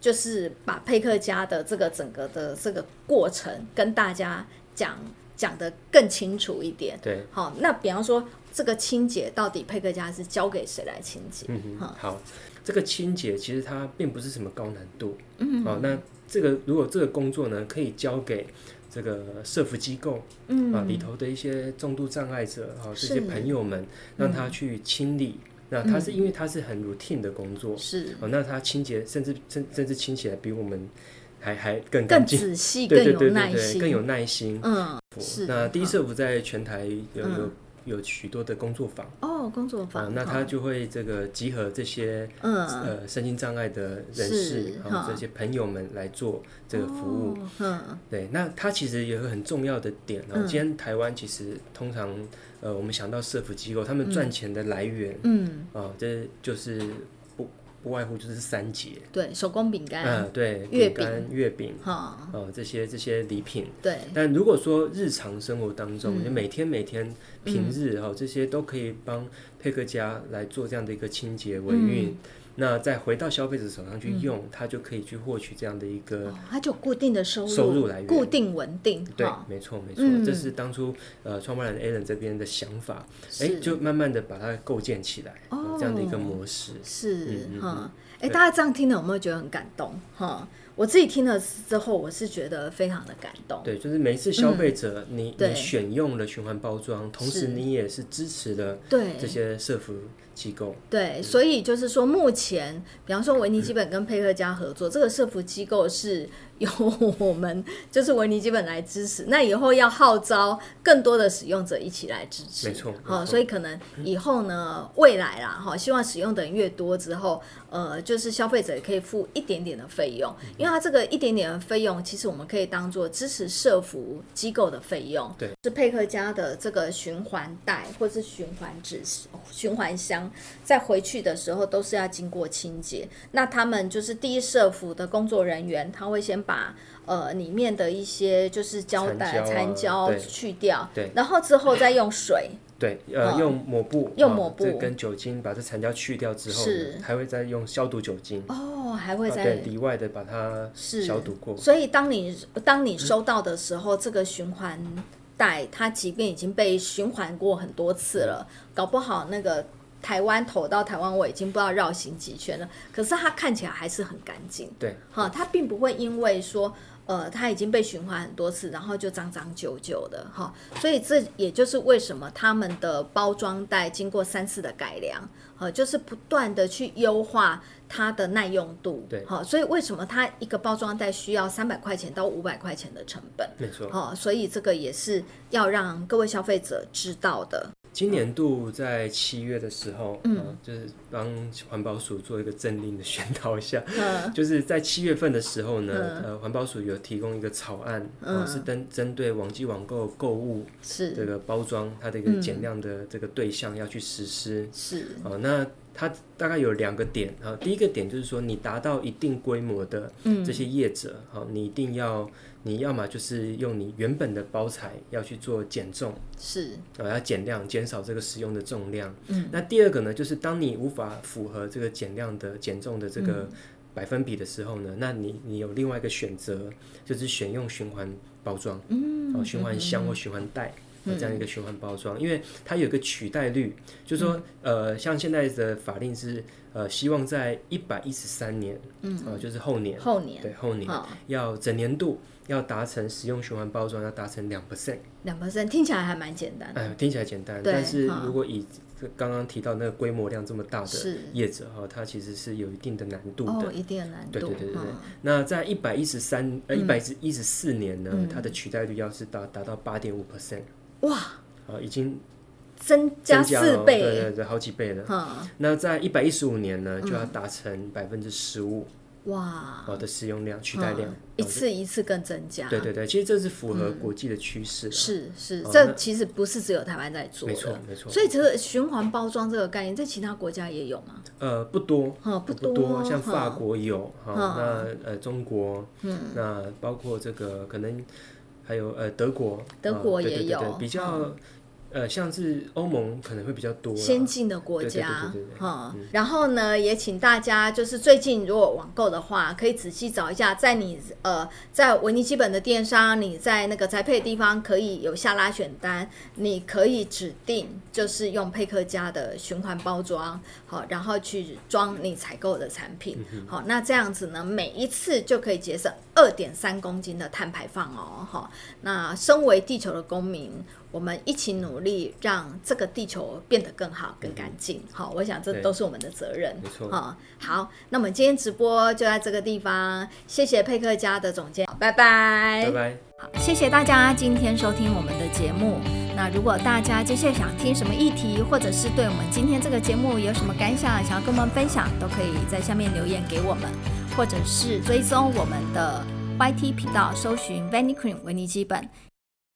A: 就是把佩克家的这个整个的这个过程跟大家讲讲得更清楚一点。
B: 对，
A: 好，那比方说这个清洁到底佩克家是交给谁来清洁？
B: 嗯哼
A: 好，
B: 好，这个清洁其实它并不是什么高难度，嗯，好、那这个如果这个工作呢，可以交给这个社服机构，
A: 嗯
B: 啊，里头的一些重度障碍者，好、这
A: 是嗯
B: 些朋友们，让他去清理。那他是因为他是很 routine 的工作，
A: 是
B: 哦，那他清洁甚至甚甚至清洁比我们还还更干
A: 更
B: 净，
A: 仔细、
B: 对
A: 更
B: 对
A: 有
B: 对
A: 耐
B: 对对，
A: 心、
B: 更有耐心。
A: 嗯是
B: 那第一
A: 嗯
B: 社服在全台有有
A: 嗯
B: 有许多的工作坊，
A: 哦工作
B: 啊
A: 坊，，
B: 那他
A: 哦
B: 就会这个集合这些
A: 嗯。
B: 呃身心障碍的人
A: 是
B: 士，然后
A: 哈
B: 这些朋友们来做这个服务。
A: 哦，嗯，
B: 对，那它其实有个很重要的点哦。
A: 嗯
B: 今天台湾其实通常呃，我们想到社福机构，他们赚钱的来源
A: 嗯，
B: 啊，这就是不不外乎就是三节，
A: 对，手工饼干，
B: 嗯，对，
A: 月
B: 饼干、月饼
A: 哈、
B: 啊这些这些礼品。
A: 对，
B: 但如果说日常生活当
A: 嗯
B: 中，你每天每天平日哈、哦，这些都可以帮佩克家来做这样的一个清洁维运，
A: 嗯
B: 那再回到消费者手上去用，他就可以去获取这样的一个
A: 哦，它就有固定的收入，
B: 嗯收入来源
A: 固定稳定，
B: 对
A: 哈，
B: 没错没错，
A: 嗯
B: 这是当初呃创办人 Alan 这边的想法，哎、
A: 是
B: 就慢慢的把它构建起来，
A: 哦
B: 这样的一个模式。
A: 是
B: 嗯嗯
A: 哈，哎、
B: 对
A: 大家这样听了有没有觉得很感动？哈，我自己听了之后，我是觉得非常的感动，
B: 对，就是每一次消费者你、
A: 嗯对
B: 你选用了循环包装，同
A: 是
B: 时你也是支持了
A: 对，
B: 这些社服机构。
A: 对，所以就是说，目前，比方说维尼基本跟佩克家合作，这个社服机构是由我们 就是维尼基本来支持。那以后要号召更多的使用者一起来支持，
B: 没错
A: 好、
B: 没错
A: 所以可能以后呢，未来啦，哈、希望使用的人越多之后，呃，就是消费者也可以付一点点的费用，
B: 嗯
A: 因为它这个一点点的费用，其实我们可以当做支持社服机构的费用。
B: 对，
A: 是佩克家的这个循环袋或是循环纸、循环箱，在回去的时候都是要经过清洁。那他们就是第一社服的工作人员，他会先把呃里面的一些就是胶带、
B: 残
A: 残
B: 胶
A: 胶
B: 啊对
A: 去掉，
B: 对
A: 然后之后再用水，
B: 对，呃，
A: 嗯
B: 用抹布，
A: 用
B: 啊
A: 抹布
B: 这跟酒精把这残胶去掉之后呢，
A: 是
B: 还会再用消毒酒精，
A: 哦，还会
B: 啊
A: 再、
B: 对里外的把它
A: 是
B: 消毒过。
A: 所以当你当你收到的时候，这个循环袋，它即便已经被循环过很多次了，搞不好那个台湾投到台湾，我已经不知道绕行几圈了。可是它看起来还是很干净，
B: 对，
A: 哈，它并不会因为说。呃，它已经被循环很多次，然后就脏脏旧旧的哈，所以这也就是为什么他们的包装袋经过三次的改良，呃，就是不断的去优化它的耐用度，
B: 对
A: 好，所以为什么它一个包装袋需要三百块钱到五百块钱的成本？
B: 没错。
A: 哦，所以这个也是要让各位消费者知道的。
B: 今年度在七月的时候，
A: 嗯
B: 呃就是帮环保署做一个政令的宣导一下，
A: 嗯
B: 就是在七月份的时候
A: 嗯
B: 呢，呃，环保署有提供一个草案，
A: 嗯
B: 呃是针针对网际网购购物这
A: 是
B: 个包装它的一
A: 嗯
B: 个减量的这个对象要去实施，
A: 是，
B: 啊、那它大概有两个点啊、第一个点就是说，你达到一定规模的
A: 嗯
B: 这些业者，好、你一定要，你要么就是用你原本的包材要去做减重，
A: 是，
B: 啊、要减量，减少这个使用的重量。
A: 嗯，
B: 那第二个呢，就是当你无法符合这个减量的减重的这个
A: 嗯
B: 百分比的时候呢，那你你有另外一个选择，就是选用循环包装，
A: 嗯，
B: 哦，循环箱或循环袋。呃这样一个循环包装，因为它有一个取代率，就是说，
A: 嗯
B: 呃，像现在的法令是，呃，希望在一百一十三年，嗯，呃，就是后年，
A: 后年
B: 对，后年
A: 好
B: 要整年度要达成使用循环包装要达成两 percent，
A: 两 percent 听起来还蛮简单的，
B: 哎，听起来简单，
A: 对
B: 但是
A: 哈
B: 如果以这刚刚提到那个规模量这么大的
A: 是
B: 业者哈，它其实是有一定的难度的。
A: 哦，一定的难度，
B: 对对对对对
A: 嗯，
B: 那在一百一十三呃一百一十四年呢，
A: 嗯
B: 它的取代率要是达达到八点五 percent，
A: 哇，
B: 啊，已经
A: 增加
B: 增加
A: 四
B: 了
A: 倍，
B: 对对对，好几倍了。
A: 嗯，
B: 那在一百一十五年呢，就要达成百分之十五
A: 哇，
B: 的使用量取代量
A: 嗯，啊一次一次更增加，
B: 对对对，其实这是符合国际的趋势啊，
A: 是是，
B: 哦
A: 这
B: 那
A: 其实不是只有台湾在做的，
B: 没错没错
A: 所以这个循环包装这个概念，在其他国家也有吗？
B: 呃，不多，
A: 嗯不多
B: 不多，像
A: 哈
B: 法国有哈，
A: 嗯
B: 那呃中国，那包括这个可能还有呃德国，
A: 德
B: 啊
A: 国
B: 对对
A: 也
B: 对对
A: 有
B: 比较呃像是欧盟可能会比较多啦，
A: 先进的国家
B: 对对对对对，嗯
A: 哈、然后呢，也请大家就是最近如果网购的话，可以仔细找一下，在你呃在维尼基本的电商，你在那个宅配的地方可以有下拉选单，你可以指定就是用佩克家的循环包装，好，然后去装你采购的产品，
B: 嗯
A: 好，那这样子呢，每一次就可以节省二点三公斤的碳排放哦，哈，那身为地球的公民，我们一起努力，让这个地球变得更好、更干净。好，我想这
B: 嗯对
A: 都是我们的责任。
B: 没错
A: 啊、好，那我们今天直播就在这个地方，谢谢佩克家的总监，好拜拜
B: 拜拜。
A: 好谢谢大家今天收听我们的节目。那如果大家接下来想听什么议题，或者是对我们今天这个节目有什么感想，想要跟我们分享，都可以在下面留言给我们，或者是追踪我们的 YT 频道，搜寻 Vanny Cream 维尼基本，